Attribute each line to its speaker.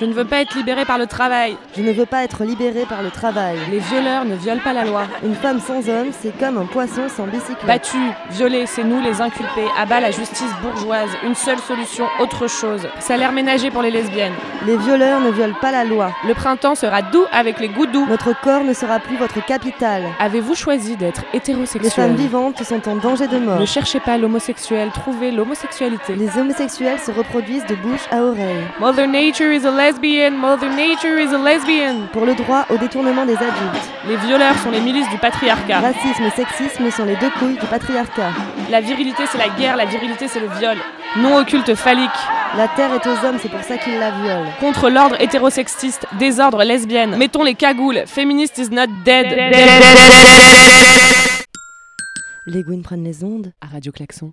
Speaker 1: Je ne veux pas être libérée par le travail.
Speaker 2: Je ne veux pas être libérée par le travail.
Speaker 1: Les violeurs ne violent pas la loi.
Speaker 2: Une femme sans homme, c'est comme un poisson sans bicyclette.
Speaker 1: Battus, violés, c'est nous les inculpés. À bas la justice bourgeoise. Une seule solution, autre chose. Salaire ménager pour les lesbiennes.
Speaker 2: Les violeurs ne violent pas la loi.
Speaker 1: Le printemps sera doux avec les goudous.
Speaker 2: Notre corps ne sera plus votre capitale.
Speaker 1: Avez-vous choisi d'être hétérosexuel
Speaker 2: Les femmes vivantes sont en danger de mort.
Speaker 1: Ne cherchez pas l'homosexuel, trouvez l'homosexualité.
Speaker 2: Les homosexuels se reproduisent de bouche à oreille.
Speaker 1: Mother Nature is a lesbian, Mother Nature is a lesbian.
Speaker 2: Pour le droit au détournement des adultes.
Speaker 1: Les violeurs sont les milices du patriarcat.
Speaker 2: Racisme et sexisme sont les deux couilles du patriarcat.
Speaker 1: La virilité c'est la guerre, la virilité c'est le viol. Non au culte phallique.
Speaker 2: La terre est aux hommes, c'est pour ça qu'ils la violent.
Speaker 1: Contre l'ordre hétérosexiste, désordre lesbienne. Mettons les cagoules, feminist is not dead.
Speaker 2: Les Gwyn prennent les ondes
Speaker 1: À Radio Klaxon.